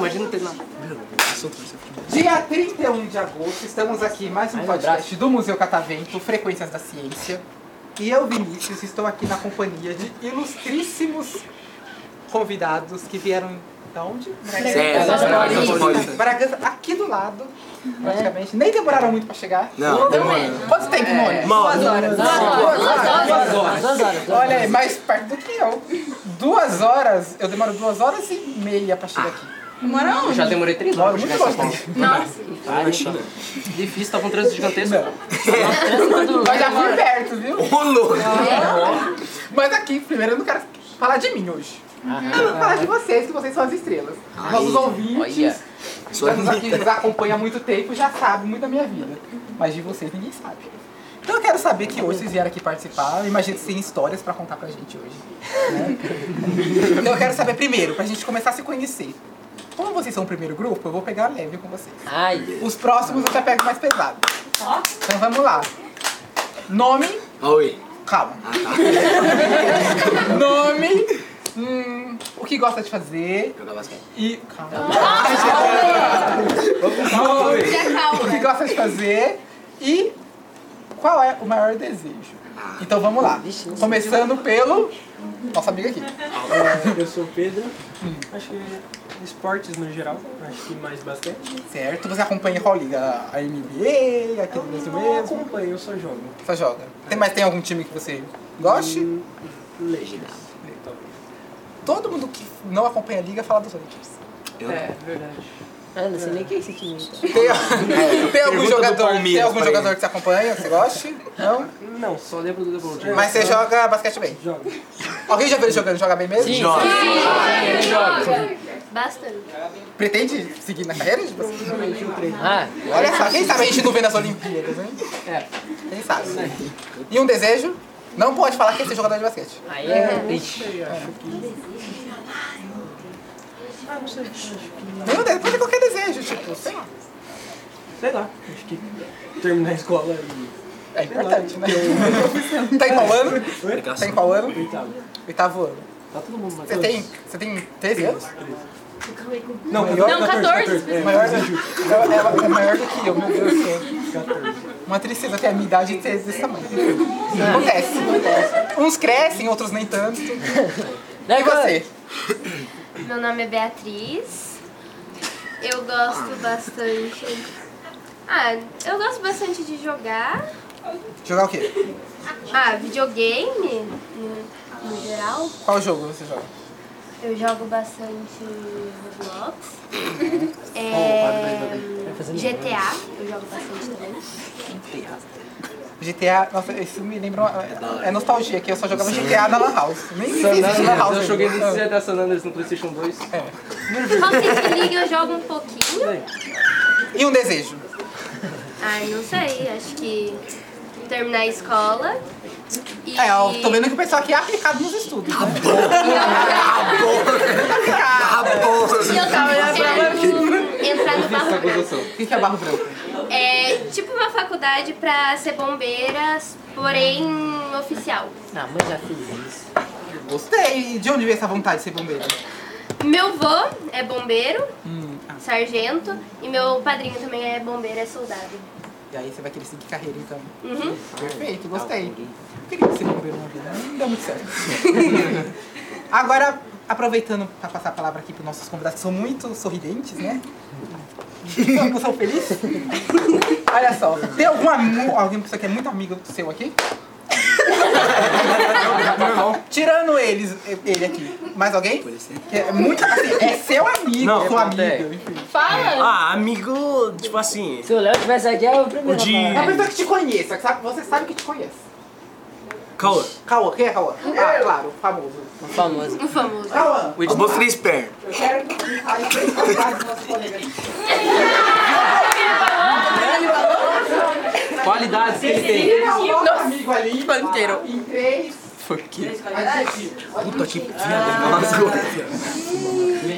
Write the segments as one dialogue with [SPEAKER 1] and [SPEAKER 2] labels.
[SPEAKER 1] Hoje não tem nada.
[SPEAKER 2] Dia 31 de agosto, estamos aqui em mais um podcast do Museu Catavento, Frequências da Ciência. E eu, Vinícius, estou aqui na companhia de ilustríssimos convidados que vieram da onde?
[SPEAKER 3] César, Bragança Paulista.
[SPEAKER 2] Bragança, aqui do lado, praticamente. Nem demoraram muito para chegar.
[SPEAKER 3] Não, demora.
[SPEAKER 2] Quanto tempo, Mônica?
[SPEAKER 3] Uma hora.
[SPEAKER 2] horas. Duas horas. Duas horas. Olha, é mais perto do que eu. Duas horas, eu demoro duas horas e meia para chegar
[SPEAKER 3] Ah,
[SPEAKER 2] aqui.
[SPEAKER 4] Mora onde?
[SPEAKER 1] Já demorei três
[SPEAKER 2] Demoro
[SPEAKER 1] horas.
[SPEAKER 2] muito
[SPEAKER 1] nessa
[SPEAKER 2] longe.
[SPEAKER 1] porra.
[SPEAKER 4] Nossa.
[SPEAKER 1] Difícil, tava um trânsito gigantesco.
[SPEAKER 2] Não. Mas já fui perto, viu?
[SPEAKER 3] Ô, louco.
[SPEAKER 2] Mas aqui, primeiro eu não quero falar de mim hoje. Eu vou falar de vocês, que vocês são as estrelas. Nossos ouvintes,
[SPEAKER 1] olha.
[SPEAKER 2] que
[SPEAKER 3] Sou
[SPEAKER 2] nos, aqui,
[SPEAKER 3] bonita.
[SPEAKER 2] nos acompanham há muito tempo, já sabem muito da minha vida. Mas de vocês ninguém sabe. Então eu quero saber que hoje vocês vieram aqui participar. Eu imagino que vocês têm histórias pra contar pra gente hoje. né? então eu quero saber primeiro, pra gente começar a se conhecer. Como vocês são o primeiro grupo, eu vou pegar leve com vocês.
[SPEAKER 1] Ai,
[SPEAKER 2] Os próximos eu já pego mais pesado. Então vamos lá. Nome,
[SPEAKER 3] Oi.
[SPEAKER 2] calma. Nome, hum, o que gosta de fazer
[SPEAKER 3] Jogar basquete.
[SPEAKER 2] e. Calma. Nome,
[SPEAKER 4] Já
[SPEAKER 2] o que
[SPEAKER 4] calma.
[SPEAKER 2] gosta de fazer e qual é o maior desejo. Então vamos lá. Começando pelo. Nossa amiga aqui.
[SPEAKER 5] É, Eu sou o Pedro. Acho que esportes no geral. Acho que mais basquete.
[SPEAKER 2] Certo? Você acompanha qual liga? A NBA, aquele
[SPEAKER 5] Eu
[SPEAKER 2] Brasil
[SPEAKER 5] não
[SPEAKER 2] mesmo?
[SPEAKER 5] acompanho, eu só jogo.
[SPEAKER 2] Só joga. Tem, mas tem algum time que você goste?
[SPEAKER 5] Hum, Legends. talvez.
[SPEAKER 2] Todo mundo que não acompanha a liga fala dos Lakers.
[SPEAKER 3] Eu
[SPEAKER 5] É, verdade.
[SPEAKER 6] Ah, não sei nem quem é esse time. então.
[SPEAKER 2] Tem, tem algum
[SPEAKER 3] do
[SPEAKER 2] jogador, tem
[SPEAKER 3] Palmeiras
[SPEAKER 2] algum
[SPEAKER 3] pra
[SPEAKER 2] jogador que você acompanha, que você goste? Não?
[SPEAKER 5] Não, só lembro do LeBron James.
[SPEAKER 2] Mas você joga basquete bem.
[SPEAKER 5] Joga.
[SPEAKER 2] Alguém já viu ele jogando? Joga bem mesmo?
[SPEAKER 3] Joga.
[SPEAKER 4] Bastante.
[SPEAKER 2] Pretende seguir na carreira de basquete?
[SPEAKER 5] Provavelmente um treino.
[SPEAKER 1] ah,
[SPEAKER 2] Olha só, quem sabe a gente não vê nas Olimpíadas, hein? É. Quem sabe? E um desejo? Não pode falar que é ser jogador de basquete.
[SPEAKER 1] aí é.
[SPEAKER 5] Ah, não sei. Acho que.
[SPEAKER 2] Nenhum desejo, pode ter qualquer desejo, tipo, sei lá.
[SPEAKER 5] Sei lá. Acho que terminar a escola e.
[SPEAKER 2] É importante, né? tá em qual ano?
[SPEAKER 5] Oi?
[SPEAKER 2] Tá em qual ano?
[SPEAKER 5] um Oitavo.
[SPEAKER 2] Oitavo ano.
[SPEAKER 5] Tá todo mundo
[SPEAKER 2] Você tem, você tem 13 anos?
[SPEAKER 5] Não,
[SPEAKER 2] Não,
[SPEAKER 4] 14.
[SPEAKER 5] É,
[SPEAKER 2] Maior,
[SPEAKER 5] maior
[SPEAKER 2] né? Ela, ela é maior do que eu, meu Deus do céu.
[SPEAKER 5] 14.
[SPEAKER 2] Uma tristeza ter a minha idade e ter desse tamanho. Acontece, acontece. Uns crescem, outros nem tanto. E
[SPEAKER 1] É
[SPEAKER 2] você?
[SPEAKER 4] Meu nome é Beatriz. Eu gosto bastante. Ah, eu gosto bastante de jogar.
[SPEAKER 2] Jogar o quê?
[SPEAKER 4] Ah, videogame no, no geral.
[SPEAKER 2] Qual jogo você joga?
[SPEAKER 4] Eu jogo bastante Roblox. É, GTA, eu jogo bastante também.
[SPEAKER 2] GTA, nossa, isso me lembra. Uma, é nostalgia, que eu só jogava GTA na Lan House. Nem existe Lan House.
[SPEAKER 1] Eu joguei
[SPEAKER 2] ainda.
[SPEAKER 1] nesse GTA San Andreas no Playstation 2.
[SPEAKER 2] É
[SPEAKER 4] Rocket League eu jogo um pouquinho.
[SPEAKER 2] E um desejo?
[SPEAKER 4] Ai, não sei, acho que terminar a escola. E...
[SPEAKER 2] É, eu tô vendo que o pessoal aqui é aplicado nos estudos. Tá Né?
[SPEAKER 6] Ah,
[SPEAKER 4] E eu tava querendo entrar no barro branco.
[SPEAKER 2] O que que é barro branco?
[SPEAKER 4] É tipo uma faculdade pra ser bombeira, porém oficial.
[SPEAKER 6] Ah, mas já fiz isso.
[SPEAKER 2] Gostei. E de onde veio essa vontade de ser bombeiro?
[SPEAKER 4] Meu vô é bombeiro,
[SPEAKER 2] Hum, ah,
[SPEAKER 4] sargento, e meu padrinho também é bombeiro, é soldado.
[SPEAKER 2] e aí você vai querer seguir carreira então.
[SPEAKER 4] Uhum.
[SPEAKER 2] Perfeito, gostei. Eu queria ser bombeiro na vida, né? não deu muito certo. Agora, aproveitando para passar a palavra aqui para os nossos convidados, que são muito sorridentes, né? Então, Não são felizes? Olha só, tem algum amigo, alguém pessoa que é muito amigo seu aqui? Tirando eles, ele aqui, mais alguém? Que é muito, assim, é seu amigo,
[SPEAKER 5] Não,
[SPEAKER 2] sua
[SPEAKER 5] até.
[SPEAKER 2] amiga, enfim.
[SPEAKER 4] Fala!
[SPEAKER 3] Ah, amigo, tipo assim.
[SPEAKER 6] Se o Léo tivesse aqui, é o primeiro.
[SPEAKER 3] O de-
[SPEAKER 2] É uma pessoa que te conhece, que sabe- você sabe que te conhece.
[SPEAKER 3] Calma.
[SPEAKER 2] Cauã, quem é Cauã? Ah, claro, famoso.
[SPEAKER 6] O famoso.
[SPEAKER 4] O famoso.
[SPEAKER 2] Cauã,
[SPEAKER 3] Vou três pernas.
[SPEAKER 2] Eu quero a identidade do nosso colega.
[SPEAKER 1] Qualidades que ele tem.
[SPEAKER 2] Ele é o nosso amigo ali.
[SPEAKER 6] inteiro.
[SPEAKER 2] Em três. Por quê? Adjetivos.
[SPEAKER 3] Puta que pariu.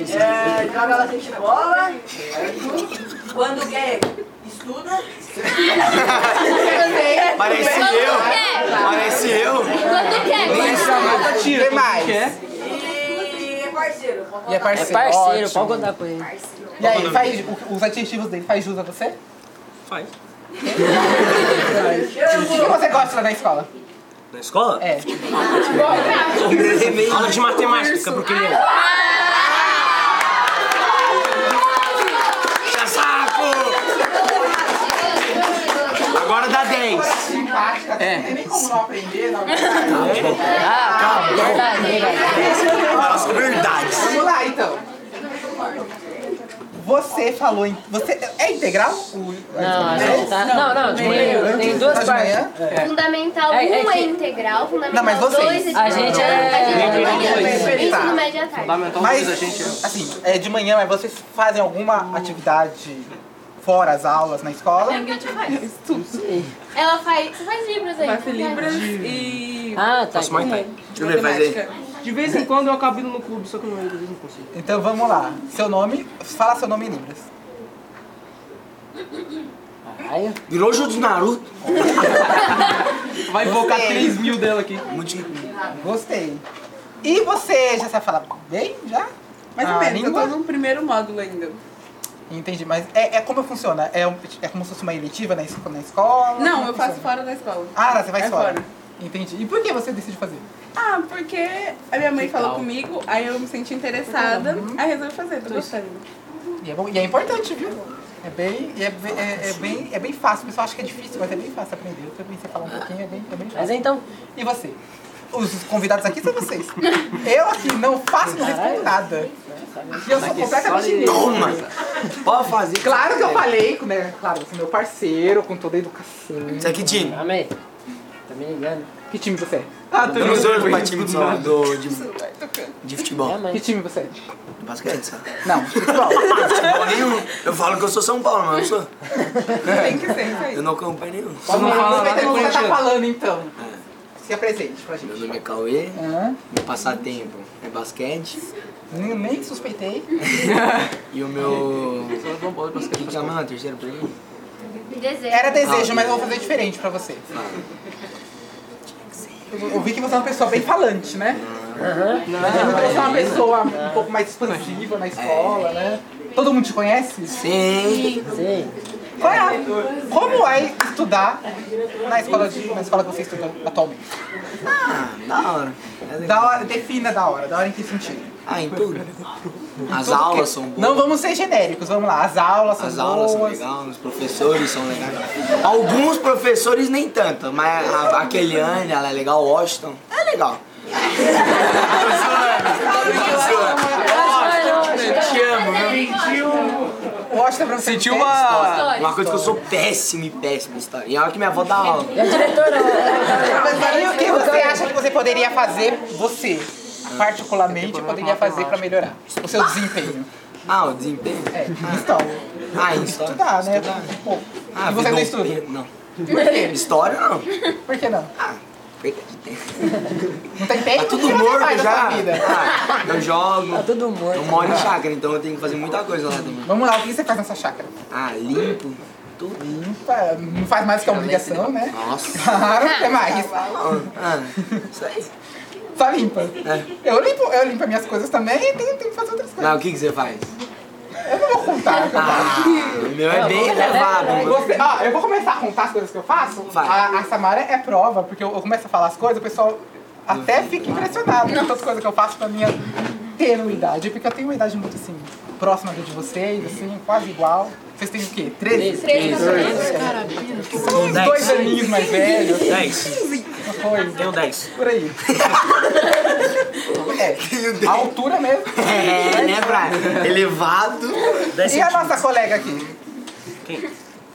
[SPEAKER 7] É, joga bastante bola. Quando quer estuda.
[SPEAKER 3] Parece
[SPEAKER 4] Quando
[SPEAKER 3] eu.
[SPEAKER 2] é?
[SPEAKER 4] quer!
[SPEAKER 3] Parece eu.
[SPEAKER 4] Quando quer! Quando
[SPEAKER 2] Chamada tira. Quem é? mais?
[SPEAKER 7] E é parceiro. pode
[SPEAKER 2] E é
[SPEAKER 7] contar.
[SPEAKER 6] É
[SPEAKER 2] parceiro.
[SPEAKER 6] parceiro,
[SPEAKER 2] ótimo.
[SPEAKER 6] pode contar com ele.
[SPEAKER 7] Parceiro.
[SPEAKER 2] E aí, faz, o- os adjetivos dele faz jus a você?
[SPEAKER 3] Faz.
[SPEAKER 2] O que que você gosta lá na escola?
[SPEAKER 3] Na escola?
[SPEAKER 2] É.
[SPEAKER 3] Aula de matemática, porque ele é. Já saco! Agora dá 10.
[SPEAKER 2] Simpática, é. não tem nem como não aprender, na verdade.
[SPEAKER 6] Ah, verdade, verdade.
[SPEAKER 3] Nossa, verdade.
[SPEAKER 2] Vamos lá, então. Você falou... Em, você é integral? O-
[SPEAKER 6] Não, acho que tá. Não, não, de manhã. Tem
[SPEAKER 2] Tá
[SPEAKER 6] duas
[SPEAKER 2] de manhã?
[SPEAKER 6] partes.
[SPEAKER 4] Fundamental 1
[SPEAKER 6] É, é
[SPEAKER 4] é,
[SPEAKER 6] que-
[SPEAKER 4] integral,
[SPEAKER 2] Não,
[SPEAKER 4] fundamental
[SPEAKER 2] mas
[SPEAKER 4] 2 é
[SPEAKER 2] vocês.
[SPEAKER 4] integral.
[SPEAKER 6] A gente
[SPEAKER 4] é...
[SPEAKER 2] Tá.
[SPEAKER 4] Ensino médio à tarde.
[SPEAKER 1] Fundamental
[SPEAKER 2] Mas,
[SPEAKER 1] dois, a gente é.
[SPEAKER 2] assim, é de manhã, mas vocês fazem alguma atividade fora as aulas na escola?
[SPEAKER 4] Ela faz... Você faz libras aí?
[SPEAKER 8] Faz
[SPEAKER 4] não faz?
[SPEAKER 8] Libras e.
[SPEAKER 6] Ah, tá.
[SPEAKER 3] Nossa, mas tá.
[SPEAKER 8] de
[SPEAKER 3] Deixa eu ver, faz aí.
[SPEAKER 8] matemática.
[SPEAKER 1] De vez em quando eu acabo indo no clube, só que eu não, às vezes não consigo.
[SPEAKER 2] Então vamos lá. Seu nome, fala seu nome em Libras.
[SPEAKER 6] Caralho.
[SPEAKER 3] Virou o jogo do Naruto.
[SPEAKER 1] Vai invocar
[SPEAKER 2] Gostei.
[SPEAKER 1] 3 mil dela aqui.
[SPEAKER 3] Muito-
[SPEAKER 2] Gostei. E você já sabe falar bem? Já?
[SPEAKER 8] Mais
[SPEAKER 2] A
[SPEAKER 8] ou menos, eu
[SPEAKER 2] língua?
[SPEAKER 8] tô no primeiro módulo ainda.
[SPEAKER 2] Entendi, mas é, é como funciona? É, um- é como se fosse uma eletiva na, es- na escola?
[SPEAKER 8] Não,
[SPEAKER 2] Como
[SPEAKER 8] eu
[SPEAKER 2] funciona?
[SPEAKER 8] faço fora da escola.
[SPEAKER 2] Ah, tá, você vai
[SPEAKER 8] É
[SPEAKER 2] fora.
[SPEAKER 8] fora.
[SPEAKER 2] Entendi. E por que você decide fazer?
[SPEAKER 8] Ah, porque a minha mãe falou comigo, aí eu me senti interessada,
[SPEAKER 7] Uhum.
[SPEAKER 8] aí resolvi fazer, tô gostando.
[SPEAKER 2] E é, bom- e é importante, viu? É bem, e é, be- é, é bem, é bem fácil. O pessoal acha que é difícil, mas é bem fácil aprender. Eu também sei falar um pouquinho, é bem, é bem
[SPEAKER 6] Mas
[SPEAKER 2] fácil.
[SPEAKER 6] então,
[SPEAKER 2] E você? Os convidados aqui são vocês. Eu aqui não faço, não respondo nada. E eu sou completamente
[SPEAKER 8] é
[SPEAKER 1] Olha,
[SPEAKER 2] inútil.
[SPEAKER 3] Toma! Pode fazer.
[SPEAKER 2] Claro que eu falei, né? Claro, você é meu parceiro, com toda a educação.
[SPEAKER 3] Isso aqui, time.
[SPEAKER 6] amei. Tá me ligando.
[SPEAKER 2] Que time você é?
[SPEAKER 1] Ah, tu
[SPEAKER 3] Vamos hoje pra
[SPEAKER 1] não
[SPEAKER 3] time de, do, de, de
[SPEAKER 6] É a
[SPEAKER 3] futebol.
[SPEAKER 2] Que
[SPEAKER 6] mãe.
[SPEAKER 2] time você é?
[SPEAKER 3] Basquete, sabe?
[SPEAKER 2] Não, futebol.
[SPEAKER 3] Futebol nenhum. Eu falo que eu sou São Paulo, mas eu não sou.
[SPEAKER 8] Tem que ser isso aí.
[SPEAKER 3] Eu não campanho nenhum.
[SPEAKER 1] não fala nada
[SPEAKER 2] Aproveitando
[SPEAKER 1] com
[SPEAKER 2] que você tá
[SPEAKER 1] corintiano.
[SPEAKER 2] falando então. Se apresente pra
[SPEAKER 3] Meu
[SPEAKER 2] gente.
[SPEAKER 3] nome é Cauê.
[SPEAKER 2] Hã?
[SPEAKER 3] Meu passatempo é basquete.
[SPEAKER 2] Nem, nem suspeitei.
[SPEAKER 3] E o meu.
[SPEAKER 1] Não pode
[SPEAKER 3] O que que chama na terceira pergunta?
[SPEAKER 4] Desejo.
[SPEAKER 2] Era
[SPEAKER 1] Ah.
[SPEAKER 2] desejo, mas eu vou fazer diferente pra você. Eu eu vi que você é uma pessoa bem falante, né? Mas eu vi que você é uma pessoa um pouco mais expansiva na escola, né? Todo mundo te conhece?
[SPEAKER 3] Sim.
[SPEAKER 6] Sim.
[SPEAKER 2] Qual é a- como é estudar na escola, de- na escola que você estuda atualmente?
[SPEAKER 3] Da hora. É legal.
[SPEAKER 2] Da hora, defina da hora, da hora em que sentido?
[SPEAKER 3] Ah, em tudo. As aulas são boas.
[SPEAKER 2] Então, Não vamos ser genéricos, vamos lá. As aulas são
[SPEAKER 3] As aulas são
[SPEAKER 2] boas.
[SPEAKER 3] legais, os professores são legais. Alguns professores nem tanto, mas a, a Keliane, ela é legal, o Washington, é legal. Te amo,
[SPEAKER 2] Gosta é pra você
[SPEAKER 1] Sentiu
[SPEAKER 2] ter?
[SPEAKER 1] uma.
[SPEAKER 3] Uma coisa que eu sou péssimo e péssimo em história. E é a hora que minha avó dá aula.
[SPEAKER 6] E a diretora?
[SPEAKER 2] E o que você acha que você poderia fazer, você,
[SPEAKER 3] Ah,
[SPEAKER 2] particularmente, poderia fazer pra melhorar o seu desempenho?
[SPEAKER 3] Ah, o desempenho?
[SPEAKER 2] É, então,
[SPEAKER 3] Ah, em história.
[SPEAKER 2] estudar, né? Um pouco.
[SPEAKER 3] Ah,
[SPEAKER 2] E você não
[SPEAKER 3] virou
[SPEAKER 2] estuda?
[SPEAKER 3] pe- Não.
[SPEAKER 2] Por quê?
[SPEAKER 3] História não.
[SPEAKER 2] Por que não?
[SPEAKER 3] Ah, perda de tempo.
[SPEAKER 2] Não tem tempo?
[SPEAKER 3] Tá
[SPEAKER 2] O que
[SPEAKER 3] tudo
[SPEAKER 2] você
[SPEAKER 3] morto
[SPEAKER 2] faz na
[SPEAKER 3] já.
[SPEAKER 2] sua vida?
[SPEAKER 3] Ah, eu jogo.
[SPEAKER 6] Tá todo
[SPEAKER 3] Eu
[SPEAKER 6] morto.
[SPEAKER 3] moro em chácara, então eu tenho que fazer muita coisa lá também.
[SPEAKER 2] Vamos lá, o que você faz nessa chácara?
[SPEAKER 3] Ah, limpo. Tudo.
[SPEAKER 2] Limpa, não faz mais que a obrigação, né?
[SPEAKER 3] Nossa.
[SPEAKER 2] Claro, o que mais?
[SPEAKER 3] Ah, isso aí.
[SPEAKER 2] Só limpa.
[SPEAKER 3] É.
[SPEAKER 2] Eu limpo, eu limpo as minhas coisas também e tenho, tenho que fazer outras coisas.
[SPEAKER 3] Mas o que, que você faz?
[SPEAKER 2] Eu não vou contar.
[SPEAKER 3] Ah, o meu é bem elevado, mano.
[SPEAKER 2] Você, ó, eu vou começar a contar as coisas que eu faço.
[SPEAKER 3] Vai.
[SPEAKER 2] A, a Samara é prova, porque eu, eu começo a falar as coisas, o pessoal até fica impressionado com as coisas que eu faço pra minha tenuidade. Porque eu tenho uma idade muito assim, próxima da de vocês, assim, quase igual. Vocês têm o quê? 13?
[SPEAKER 4] Três cabeças.
[SPEAKER 2] Uns dois aninhos mais velhos,
[SPEAKER 3] 10.
[SPEAKER 2] uma coisa,
[SPEAKER 3] Tenho 10.
[SPEAKER 2] por aí. É, a altura mesmo.
[SPEAKER 3] É, né, Brian? Elevado.
[SPEAKER 2] E a nossa colega aqui?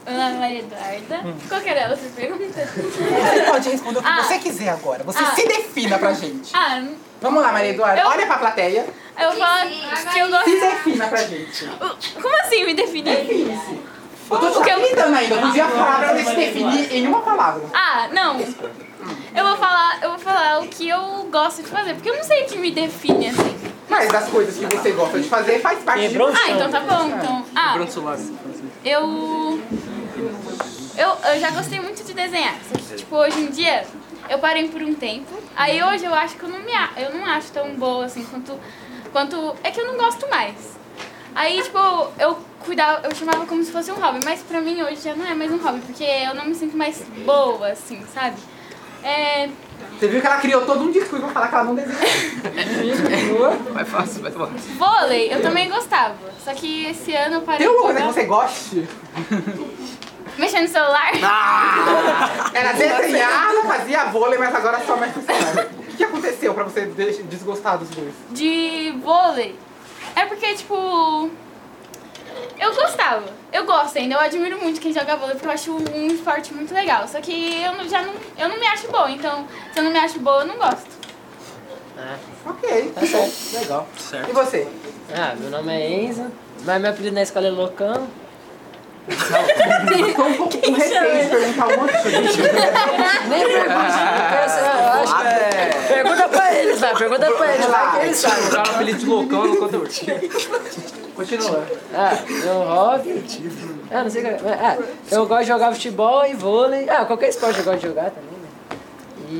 [SPEAKER 4] Ana Maria Eduarda. Qual que era a outra pergunta?
[SPEAKER 2] Você pode responder o que
[SPEAKER 4] Ah.
[SPEAKER 2] você quiser agora. Você
[SPEAKER 4] Ah.
[SPEAKER 2] se defina pra gente.
[SPEAKER 4] Ah,
[SPEAKER 2] Vamos lá, Maria Eduarda.
[SPEAKER 4] Eu-
[SPEAKER 2] Olha pra plateia.
[SPEAKER 4] eu falo que eu
[SPEAKER 2] Se
[SPEAKER 4] gosto...
[SPEAKER 2] defina pra gente.
[SPEAKER 4] Como assim me definir?
[SPEAKER 2] Eu tô te convidando ainda. Eu podia falar pra você se definir em uma palavra.
[SPEAKER 4] Ah, não. Eu vou falar, eu vou falar o que eu gosto de fazer, porque eu não sei o que me define assim.
[SPEAKER 2] Mas as coisas que você gosta de fazer faz parte de...
[SPEAKER 4] Ah, então tá bom, então. Ah,
[SPEAKER 1] Branco solar.
[SPEAKER 4] eu eu já gostei muito de desenhar. Só que, tipo, hoje em dia eu parei por um tempo. Aí hoje eu acho que eu não me a- eu não acho tão boa assim quanto quanto é que eu não gosto mais. Aí, tipo, eu cuidava, eu chamava como se fosse um hobby, mas pra mim hoje já não é mais um hobby, porque eu não me sinto mais boa assim, sabe? É,
[SPEAKER 2] Você viu que ela criou todo um discurso pra falar que ela não desenha. Continua.
[SPEAKER 1] Vai fácil, vai fácil.
[SPEAKER 4] vôlei, eu também gostava. Só que esse ano eu parei
[SPEAKER 2] Tem né? uma
[SPEAKER 4] por
[SPEAKER 2] coisa um que
[SPEAKER 4] causa-
[SPEAKER 2] você goste?
[SPEAKER 4] mexer no celular.
[SPEAKER 2] Era desenhada, fazia vôlei, mas agora é só mais funciona. O que aconteceu pra você des- desgostar dos dois?
[SPEAKER 4] de vôlei. É porque, tipo. Eu gostava. Eu gosto ainda. Eu admiro muito quem joga vôlei, porque eu acho um esporte muito legal. Só que eu não- já não, eu não me acho boa. Então, se eu não me acho boa, eu não gosto.
[SPEAKER 2] Ok.
[SPEAKER 6] Tá certo, legal.
[SPEAKER 2] E você?
[SPEAKER 6] Ah, meu nome é Enzo, mas meu apelido na escola é Locão.
[SPEAKER 2] Estou um pouco com receio de perguntar um monte de gente.
[SPEAKER 6] Nem pergunte,
[SPEAKER 1] Ah,
[SPEAKER 6] eu quero saber, eu acho que- Pergunta pra eles, vai, pergunta pra eles, vai que eles sabem.
[SPEAKER 1] Usava o apelido de loucão no conteúdo.
[SPEAKER 2] Continua.
[SPEAKER 6] Ah, meu hobby. Ah, não sei o que. Ah, eu gosto de jogar futebol e vôlei. Ah, qualquer esporte eu gosto de jogar também, né? E.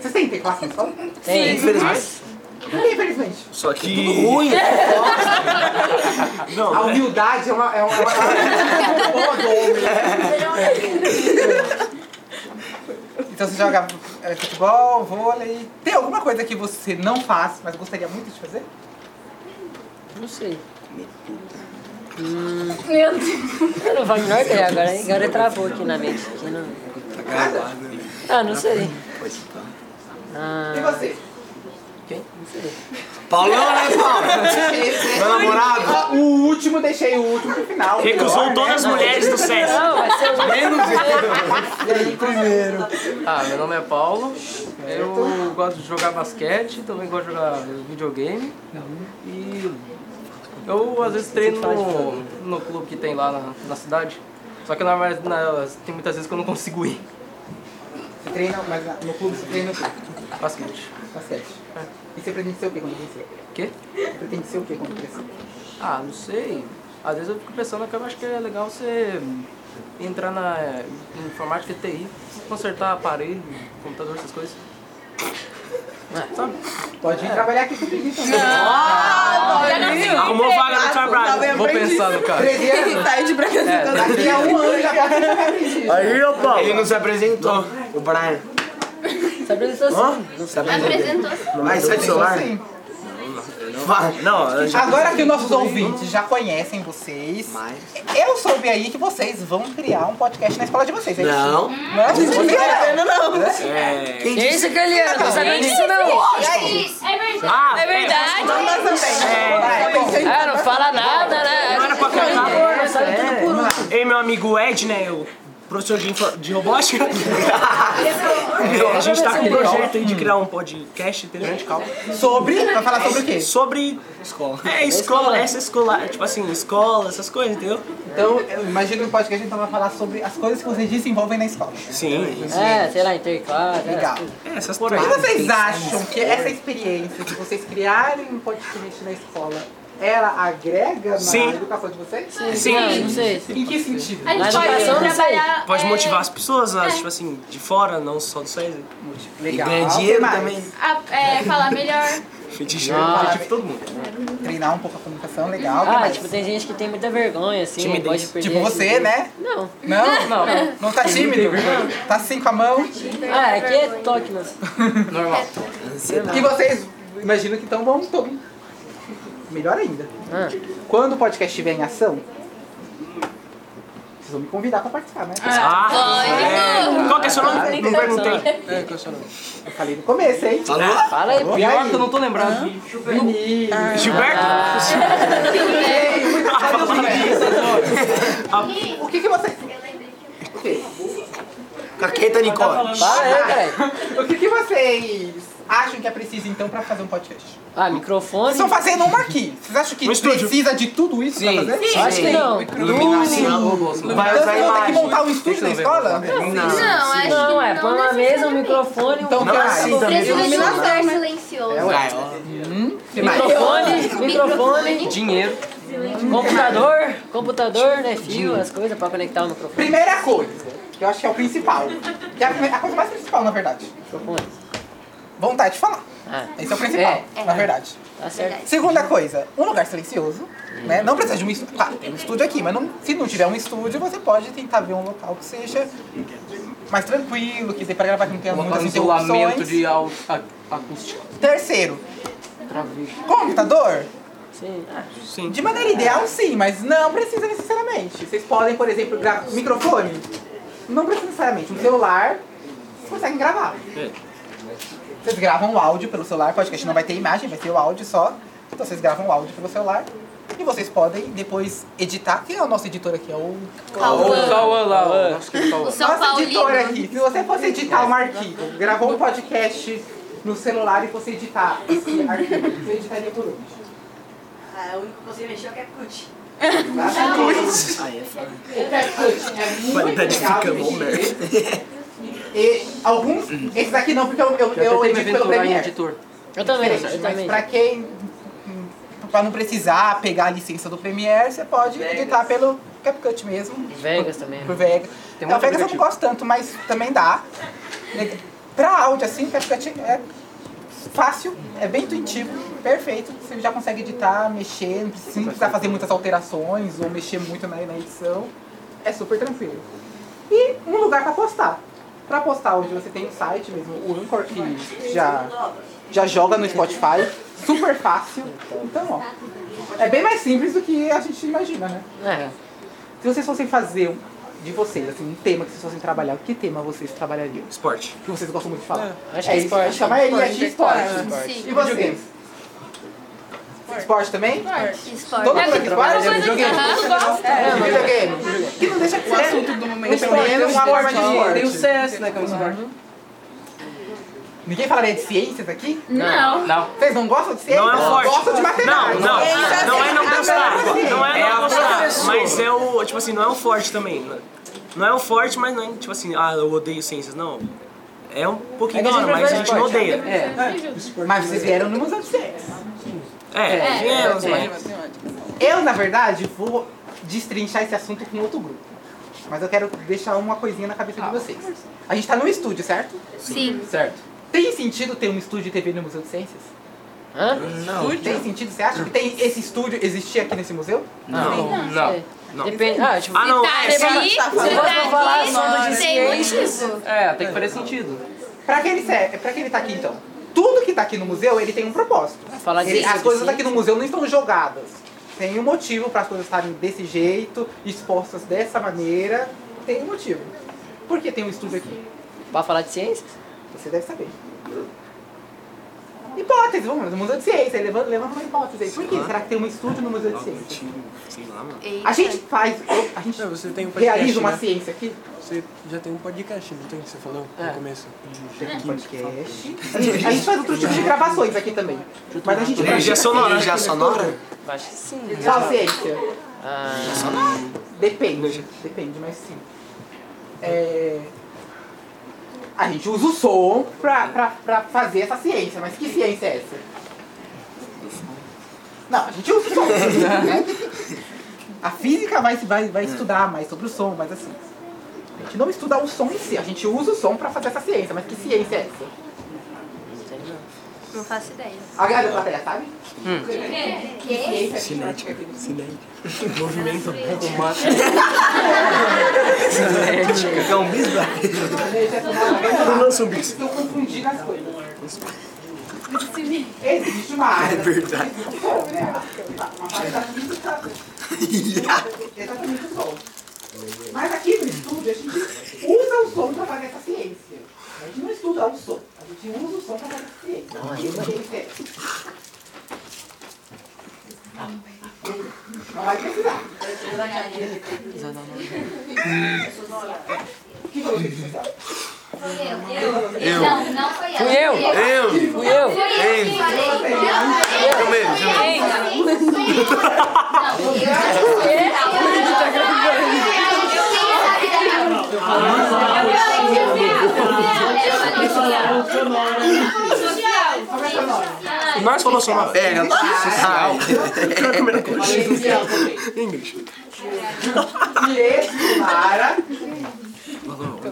[SPEAKER 2] Vocês têm teclado na escola? Por
[SPEAKER 6] Tem.
[SPEAKER 3] É, Infelizmente.
[SPEAKER 2] que, infelizmente?
[SPEAKER 3] Só que. Tudo ruim.
[SPEAKER 2] A humildade é
[SPEAKER 3] um
[SPEAKER 2] uma. É uma, é uma, é uma boa do homem. Então você joga é, futebol, vôlei. Tem alguma coisa que você não faz, mas gostaria muito de fazer?
[SPEAKER 6] Não sei. Hum. Eu não faço a menor ideia agora, hein? Agora travou aqui na mente. aqui não- Ah, não sei. Ah,
[SPEAKER 2] E você?
[SPEAKER 6] não sei.
[SPEAKER 3] Paulão, né, Paulo? Meu namorado?
[SPEAKER 2] Ah, o último, deixei o último pro final.
[SPEAKER 5] Recusou todas as mulheres do SESC.
[SPEAKER 6] Não, vai ser o
[SPEAKER 1] Ah, meu nome é Paulo. Eu gosto de jogar basquete, também gosto de jogar videogame. E eu às vezes treino no, no clube que tem lá na, na cidade. Só que na, verdade, na, tem muitas vezes que eu não consigo ir.
[SPEAKER 2] né? Você treina, mas na- no clube você treina o quê?
[SPEAKER 1] Basquete.
[SPEAKER 2] Basquete. E você pretende ser o quê quando crescer?
[SPEAKER 1] O quê?
[SPEAKER 2] Você pretende ser o quê quando crescer?
[SPEAKER 1] Ah, não sei. Às vezes eu fico pensando que eu acho que é legal você entrar na em informática e TI, consertar aparelho, computador, essas coisas. É.
[SPEAKER 2] Pode vir trabalhar aqui comigo então. Ah,
[SPEAKER 5] assim, Arrumou vaga no trabalho.
[SPEAKER 1] Vou pensar no cara.
[SPEAKER 2] Treze anos.
[SPEAKER 9] Sai de Brasil.
[SPEAKER 6] É.
[SPEAKER 2] Daqui a um ano já pode ser aprendiz.
[SPEAKER 3] Aí, ô Paulo. Ele não se apresentou. O Brian.
[SPEAKER 6] Você apresentou assim.
[SPEAKER 10] Apresentou-se.
[SPEAKER 3] Vai, sai do celular.
[SPEAKER 2] Sim.
[SPEAKER 3] Vai. Não, eu já.
[SPEAKER 2] Agora que os nossos ouvintes já conhecem vocês, eu soube aí que vocês vão criar um podcast na escola de vocês. é isso?
[SPEAKER 3] Não.
[SPEAKER 2] Não é isso? Vocês não. não.
[SPEAKER 5] É.
[SPEAKER 3] Quem
[SPEAKER 6] Que
[SPEAKER 3] disse?
[SPEAKER 6] isso, Caliano? Não sabia disso, não.
[SPEAKER 10] É verdade.
[SPEAKER 5] Ah,
[SPEAKER 4] É verdade.
[SPEAKER 2] Nós também. Vai, bom.
[SPEAKER 6] Ah, não fala nada,
[SPEAKER 5] Não era
[SPEAKER 6] né?
[SPEAKER 5] pra cantar.
[SPEAKER 6] Não sabe tudo por um.
[SPEAKER 5] Ei, meu amigo Ed, né? O professor de, info- de robótica. É, a gente tá com um projeto aí de criar um podcast, entendeu?
[SPEAKER 2] Sobre? Vai falar sobre o quê?
[SPEAKER 5] Sobre. Escola. É, escola, essa escola. Tipo assim, escola, essas coisas, entendeu?
[SPEAKER 2] Então, eu imagino que o podcast então vai falar sobre as coisas que vocês desenvolvem na escola.
[SPEAKER 5] Sim.
[SPEAKER 6] É, sei lá, interclasse. né?
[SPEAKER 2] Legal.
[SPEAKER 5] É, essas
[SPEAKER 2] O que
[SPEAKER 5] coisas.
[SPEAKER 2] vocês acham que essa experiência de vocês criarem um podcast na escola, ela agrega na
[SPEAKER 5] Sim.
[SPEAKER 2] educação de vocês?
[SPEAKER 6] Não,
[SPEAKER 5] Sim.
[SPEAKER 6] não sei.
[SPEAKER 2] Em que sentido?
[SPEAKER 4] A gente
[SPEAKER 6] Mas
[SPEAKER 4] pode
[SPEAKER 6] educação, não sei.
[SPEAKER 4] trabalhar.
[SPEAKER 5] Pode
[SPEAKER 4] é,
[SPEAKER 5] motivar as pessoas, né? tipo assim, de fora, não só do SESC.
[SPEAKER 3] E
[SPEAKER 2] Legal.
[SPEAKER 3] ganha
[SPEAKER 2] Tem
[SPEAKER 3] dinheiro
[SPEAKER 2] mais?
[SPEAKER 3] também.
[SPEAKER 4] a- é, falar melhor.
[SPEAKER 5] Fetiche.
[SPEAKER 6] Ah,
[SPEAKER 5] Fetiche todo mundo.
[SPEAKER 2] Treinar um pouco a comunicação, legal. Tem
[SPEAKER 6] Ah,
[SPEAKER 2] mais?
[SPEAKER 6] tipo, tem gente que tem muita vergonha, assim,
[SPEAKER 5] Timidez.
[SPEAKER 6] pode perder.
[SPEAKER 2] Tipo
[SPEAKER 6] a
[SPEAKER 2] você,
[SPEAKER 6] timidez.
[SPEAKER 2] né?
[SPEAKER 6] Não.
[SPEAKER 2] Não?
[SPEAKER 6] Não, não.
[SPEAKER 2] Não tá tímido? Tá assim com a mão?
[SPEAKER 6] Ah, aqui é toque, mano.
[SPEAKER 2] E vocês, imagino que então vão... to- Melhor ainda.
[SPEAKER 6] Ah.
[SPEAKER 2] Quando o podcast estiver em ação, vocês vão me convidar pra participar, né?
[SPEAKER 5] Ah, é. Qual que é seu nome? Não perguntei.
[SPEAKER 2] Eu falei no começo, hein?
[SPEAKER 3] Falou?
[SPEAKER 6] Fala aí, pô.
[SPEAKER 1] Pior que eu não tô lembrado.
[SPEAKER 5] Gilberto? Ah.
[SPEAKER 2] O que que vocês...
[SPEAKER 3] Caqueta Nicole.
[SPEAKER 6] Fala aí, caralho.
[SPEAKER 2] O que que vocês acham que é preciso então pra fazer um podcast?
[SPEAKER 6] Ah, microfone.
[SPEAKER 2] Vocês estão fazendo uma aqui. Vocês acham que
[SPEAKER 5] Um estúdio.
[SPEAKER 2] precisa de tudo isso
[SPEAKER 3] Sim.
[SPEAKER 2] pra fazer?
[SPEAKER 6] Eu Acho que não.
[SPEAKER 3] Iluminação.
[SPEAKER 2] Então
[SPEAKER 3] Vai
[SPEAKER 2] vocês
[SPEAKER 3] usar
[SPEAKER 2] vão ter que
[SPEAKER 3] imagem.
[SPEAKER 2] montar um estúdio na escola?
[SPEAKER 3] Não.
[SPEAKER 10] Não, acho que
[SPEAKER 6] Não, é, põe uma mesa, um
[SPEAKER 10] necessariamente.
[SPEAKER 6] microfone, um
[SPEAKER 2] Então
[SPEAKER 3] Não
[SPEAKER 2] tá,
[SPEAKER 3] assim
[SPEAKER 2] então,
[SPEAKER 3] também.
[SPEAKER 10] Precisa de um
[SPEAKER 2] iluminação,
[SPEAKER 10] lugar
[SPEAKER 2] né?
[SPEAKER 10] silencioso.
[SPEAKER 3] Vai, ó.
[SPEAKER 2] Que mais?
[SPEAKER 6] microfone, microfone.
[SPEAKER 1] Dinheiro.
[SPEAKER 6] Computador, computador, né? Fio,
[SPEAKER 2] Uhum.
[SPEAKER 6] as coisas pra conectar o microfone.
[SPEAKER 2] Primeira coisa, que eu acho que é o principal. Que é a, primeira- a coisa mais principal, na verdade. Vontade de falar.
[SPEAKER 6] Ah.
[SPEAKER 2] Esse é o principal,
[SPEAKER 6] É.
[SPEAKER 2] na verdade.
[SPEAKER 6] Tá certo.
[SPEAKER 2] Segunda coisa, um lugar silencioso. Né? Não precisa de um estúdio. Claro, tem um estúdio aqui, mas não- se não tiver um estúdio, você pode tentar ver um local que seja mais tranquilo, que dê pra gravar que não tenha
[SPEAKER 1] Colocar um
[SPEAKER 2] muitas
[SPEAKER 1] isolamento
[SPEAKER 2] interrupções.
[SPEAKER 1] de au- a- acústico.
[SPEAKER 2] Terceiro, computador?
[SPEAKER 6] Sim.
[SPEAKER 1] Sim.
[SPEAKER 2] De maneira ideal, sim, mas não precisa necessariamente. Vocês podem, por exemplo, gravar. Microfone? Não precisa necessariamente. Um celular, vocês conseguem gravar. Vocês gravam o áudio pelo celular, podcast não vai ter imagem, vai ter o áudio só. Então vocês gravam o áudio pelo celular. E vocês podem depois editar. Quem é o nosso editor aqui? É o.
[SPEAKER 1] Cauã. O Cauã lá, o nosso querido Cauã. O
[SPEAKER 2] Nosso
[SPEAKER 1] São
[SPEAKER 2] editor
[SPEAKER 1] Paulino.
[SPEAKER 2] aqui. Se você fosse editar um arquivo, gravou um podcast no celular e fosse editar esse arquivo, você editaria por onde?
[SPEAKER 7] Ah, o único que você mexeu é o CapCut.
[SPEAKER 3] Aí é foda.
[SPEAKER 2] É muito
[SPEAKER 3] Qualidade
[SPEAKER 2] legal
[SPEAKER 3] tá fica bom,
[SPEAKER 2] mexer.
[SPEAKER 3] né?
[SPEAKER 2] E alguns. Esses aqui não, porque eu, eu,
[SPEAKER 1] Já
[SPEAKER 2] eu
[SPEAKER 5] um
[SPEAKER 1] tentei me
[SPEAKER 2] edito pelo
[SPEAKER 1] aventurar em
[SPEAKER 2] Premiere.
[SPEAKER 1] editor.
[SPEAKER 6] Eu também,
[SPEAKER 2] Diferente,
[SPEAKER 6] eu
[SPEAKER 2] mas
[SPEAKER 6] também.
[SPEAKER 2] Pra quem. Pra não precisar pegar a licença do Premiere, você pode editar pelo CapCut mesmo.
[SPEAKER 6] Vegas também.
[SPEAKER 2] Por Vegas.
[SPEAKER 6] Tem
[SPEAKER 2] Não,
[SPEAKER 6] muito
[SPEAKER 2] Vegas eu não
[SPEAKER 6] aplicativo.
[SPEAKER 2] gosto tanto, mas também dá. Leg- Pra áudio, assim, CapCut é fácil, é bem intuitivo, perfeito. Você já consegue editar, mexer, não precisa, não precisa fazer muitas alterações ou mexer muito na, na edição. É super tranquilo. E um lugar pra postar. Pra postar onde você tem o site mesmo, o Anchor, que já, já joga no Spotify. Super fácil. Então, ó. É bem mais simples do que a gente imagina, né?
[SPEAKER 6] É.
[SPEAKER 2] Se vocês fossem fazer um- de vocês, assim, um tema que vocês fossem trabalhar, que tema vocês trabalhariam?
[SPEAKER 11] Esporte.
[SPEAKER 2] Que vocês gostam muito de falar.
[SPEAKER 11] É, acho que
[SPEAKER 2] isso,
[SPEAKER 11] esporte.
[SPEAKER 2] Acho que a maioria aqui é
[SPEAKER 11] Esporte, né?
[SPEAKER 2] esporte.
[SPEAKER 11] esporte. Sim.
[SPEAKER 2] E vocês? Esporte também?
[SPEAKER 4] Esporte.
[SPEAKER 2] Todo mundo
[SPEAKER 4] É,
[SPEAKER 2] aqui trabalha?
[SPEAKER 4] coisa que
[SPEAKER 2] Videogame?
[SPEAKER 4] todo mundo gosta.
[SPEAKER 2] É, videogame. Que não deixa de ser. O assunto do momento. Escolhendo uma forma de
[SPEAKER 5] Tem o
[SPEAKER 2] esporte.
[SPEAKER 5] CS, né, que é um esporte.
[SPEAKER 2] Ninguém falaria de ciências aqui?
[SPEAKER 5] Não. Não.
[SPEAKER 2] Vocês não gostam de ciências?
[SPEAKER 11] Não é forte.
[SPEAKER 2] Gostam de matemática.
[SPEAKER 11] Não, não. Não é não gostar. Não é não gostar.
[SPEAKER 2] professora.
[SPEAKER 11] Mas é o, tipo assim, não é um forte também. Não é um forte, mas não é, tipo assim, ah, eu odeio ciências. Não. É um pouquinho
[SPEAKER 2] É que a
[SPEAKER 11] da
[SPEAKER 2] gente
[SPEAKER 11] hora, mas a gente não
[SPEAKER 2] prefere
[SPEAKER 11] odeia.
[SPEAKER 1] né?
[SPEAKER 2] esporte. Mas vocês vieram no Museu de Ciências.
[SPEAKER 11] É, vieram,
[SPEAKER 2] é.
[SPEAKER 11] mas-
[SPEAKER 2] Eu, na verdade, vou destrinchar esse assunto com outro grupo. Mas eu quero deixar uma coisinha na cabeça de vocês. A gente tá num estúdio, certo?
[SPEAKER 4] Sim.
[SPEAKER 2] Ah, Certo. Tem sentido ter um estúdio de TV no Museu de Ciências?
[SPEAKER 6] Hã?
[SPEAKER 2] Não. Tem sentido? Você acha que tem esse estúdio existir aqui nesse museu?
[SPEAKER 6] Não. Não. Depende. Ah, tipo,
[SPEAKER 2] Ah, não, é,
[SPEAKER 6] se
[SPEAKER 2] se tá
[SPEAKER 6] você
[SPEAKER 2] falando-
[SPEAKER 6] falar
[SPEAKER 2] Tem
[SPEAKER 6] só de
[SPEAKER 2] motivo.
[SPEAKER 6] ciências.
[SPEAKER 1] É, tem que fazer sentido.
[SPEAKER 2] Pra que ele serve? Pra que ele tá aqui então? Tudo que tá aqui no museu, ele tem um propósito.
[SPEAKER 6] Falar de
[SPEAKER 2] Ele-
[SPEAKER 6] ciência,
[SPEAKER 2] as coisas
[SPEAKER 6] de
[SPEAKER 2] tá aqui no museu não estão jogadas. Tem um motivo para as coisas estarem desse jeito, expostas dessa maneira. Tem um motivo. Por que tem um estúdio aqui?
[SPEAKER 6] Pra falar de ciências?
[SPEAKER 2] Você deve saber. Hipótese, vamos, no Museu de Ciência, aí levanta, levanta uma hipótese aí. Por que será que tem um estúdio no Museu de Ciência?
[SPEAKER 11] Sei lá, mano.
[SPEAKER 2] A gente faz, a gente realiza
[SPEAKER 5] né?
[SPEAKER 2] uma ciência aqui.
[SPEAKER 5] um Você já tem um podcast, não tem que você falou
[SPEAKER 2] É.
[SPEAKER 5] no começo?
[SPEAKER 2] Tem um podcast. A gente faz outro tipo de gravações aqui também. Mas a gente
[SPEAKER 3] Energia sonora. Energia
[SPEAKER 2] aqui no
[SPEAKER 3] sonora?
[SPEAKER 2] estúdio.
[SPEAKER 6] Acho que sim.
[SPEAKER 2] Qual ciência?
[SPEAKER 6] Ah,
[SPEAKER 2] Depende, depende, mas sim. É, A gente usa o som pra, pra, pra fazer essa ciência, mas que ciência é essa? Não, a gente usa o som. né? A física vai, vai, vai estudar mais sobre o som, mas assim. A gente não estuda o som em si, a gente usa o som pra fazer essa ciência, mas que ciência é essa?
[SPEAKER 4] Não faço ideia.
[SPEAKER 2] A galera da plateia sabe?
[SPEAKER 4] Que?
[SPEAKER 11] Cinética. Cinética.
[SPEAKER 3] Movimento
[SPEAKER 11] Cinética.
[SPEAKER 3] É um bizarro.
[SPEAKER 11] Não lança um bis.
[SPEAKER 2] Estou confundindo as coisas. Existe uma área. É verdade. Exatamente o som. Mas aqui no estúdio a gente usa o som para fazer essa ciência. A gente não estuda o som, a gente usa o som para fazer essa ciência. Isso que ele quer. Não vai precisar. Que foi o que precisar?
[SPEAKER 4] Eu. Não, não foi
[SPEAKER 6] Fui eu.
[SPEAKER 4] Eu.
[SPEAKER 6] Fui eu.
[SPEAKER 4] Ei. Eu
[SPEAKER 3] mesmo,
[SPEAKER 4] Eu
[SPEAKER 11] Nós falamos só uma
[SPEAKER 3] É, eu tô social.
[SPEAKER 11] Qual é a primeira coisa? Inglês.
[SPEAKER 2] Direito, Mara.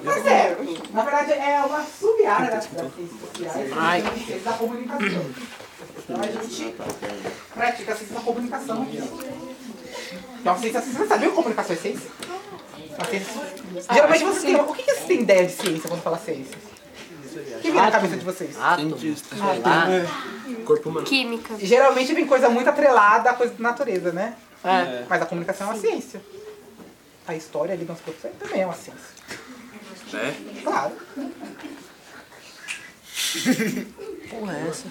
[SPEAKER 2] Mas é, na verdade é uma sub-área das ciências sociais
[SPEAKER 6] Ai.
[SPEAKER 2] e ciências da comunicação. Então a gente pratica a ciência da comunicação aqui. Então, ciência, você sabia que comunicação é ciência? A ciência- Geralmente vocês têm. O Ah, que que vocês têm ideia de ciência quando fala ciência? O que vem na cabeça de vocês?
[SPEAKER 11] Corpo humano.
[SPEAKER 4] Química.
[SPEAKER 2] Geralmente vem coisa muito atrelada a coisa da natureza, né?
[SPEAKER 6] É.
[SPEAKER 2] Mas a comunicação é uma ciência. A história ali nas profissões também é uma ciência.
[SPEAKER 3] É?
[SPEAKER 2] Claro.
[SPEAKER 6] Porra, é essa?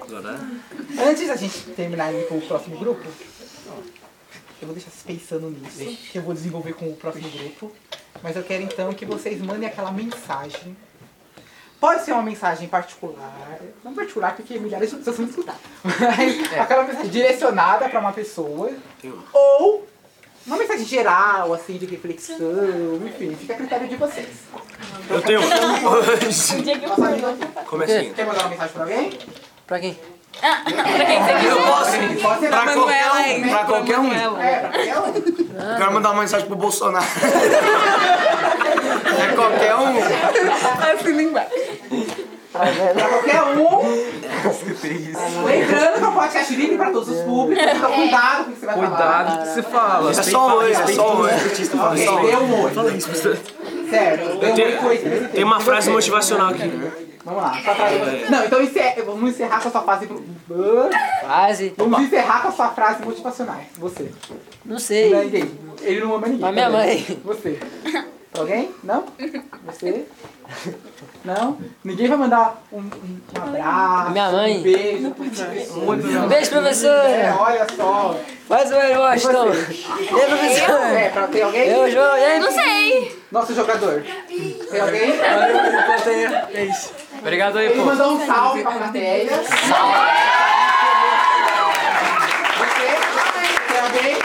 [SPEAKER 3] Agora?
[SPEAKER 2] Antes da gente terminar e ir pro próximo grupo, eu vou deixar vocês pensando nisso, que eu vou desenvolver com o próximo grupo. Mas eu quero então que vocês mandem aquela mensagem. Pode ser uma mensagem particular, não particular porque milhares de pessoas vão escutar, mas
[SPEAKER 11] É.
[SPEAKER 2] aquela mensagem direcionada para uma pessoa, ou uma mensagem geral, assim, de reflexão, enfim, fica a critério de vocês.
[SPEAKER 11] Eu tenho. um. é Comecinho.
[SPEAKER 2] Quer mandar uma mensagem para alguém?
[SPEAKER 6] Pra quem?
[SPEAKER 3] Eu posso.
[SPEAKER 2] Pode ser
[SPEAKER 3] Pra qualquer um. Pra qualquer um.
[SPEAKER 2] É, pra qualquer um.
[SPEAKER 3] Eu quero mandar uma mensagem pro Bolsonaro. É qualquer um.
[SPEAKER 2] Pra qualquer um. Lembrando que é um podcast livre para todos os públicos, então cuidado com o que você vai falar.
[SPEAKER 1] Cuidado que se fala.
[SPEAKER 3] É só hoje, é só hoje.
[SPEAKER 2] Ok, deu um oi.
[SPEAKER 11] Fala isso, professor.
[SPEAKER 2] Certo, deu um oi com esse presente.
[SPEAKER 11] Tem uma frase motivacional aqui.
[SPEAKER 2] Vamos lá. sua frase- Não, então encer- vamos encerrar com a sua frase.
[SPEAKER 6] Quase.
[SPEAKER 2] Vamos encerrar com a sua frase motivacional. Você.
[SPEAKER 6] Não
[SPEAKER 2] Não é
[SPEAKER 6] sei.
[SPEAKER 2] ninguém. Ele não ama ninguém.
[SPEAKER 6] Mas minha mãe.
[SPEAKER 2] Você. Alguém? Não? Você? Não? Ninguém vai mandar um, um abraço.
[SPEAKER 6] Minha mãe.
[SPEAKER 2] Um beijo.
[SPEAKER 6] Um beijo,
[SPEAKER 2] É,
[SPEAKER 6] professor.
[SPEAKER 2] olha só.
[SPEAKER 6] Mais um aí, Washington. E aí,
[SPEAKER 2] É,
[SPEAKER 6] professor?
[SPEAKER 2] pra ter alguém?
[SPEAKER 6] Eu, João, e aí?
[SPEAKER 12] Não sei.
[SPEAKER 2] Nosso jogador. Tem alguém?
[SPEAKER 11] É isso.
[SPEAKER 1] Obrigado aí,
[SPEAKER 2] Ele
[SPEAKER 1] pô.
[SPEAKER 2] mandou um salve pra plateia. Você? Tem alguém?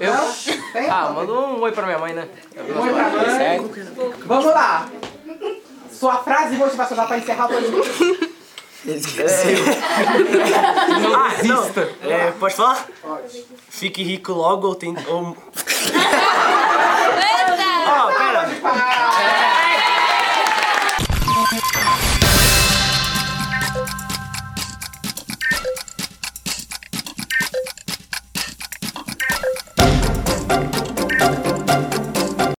[SPEAKER 1] Eu?
[SPEAKER 2] Não? Tem?
[SPEAKER 1] Ah, mandou um oi pra minha mãe, né?
[SPEAKER 2] Oi pra mãe. Vamos lá. Sua frase motivacional pra encerrar o podcast.
[SPEAKER 3] É,
[SPEAKER 11] Ah, não. É, pode falar? Fique rico logo ou tem. Ou...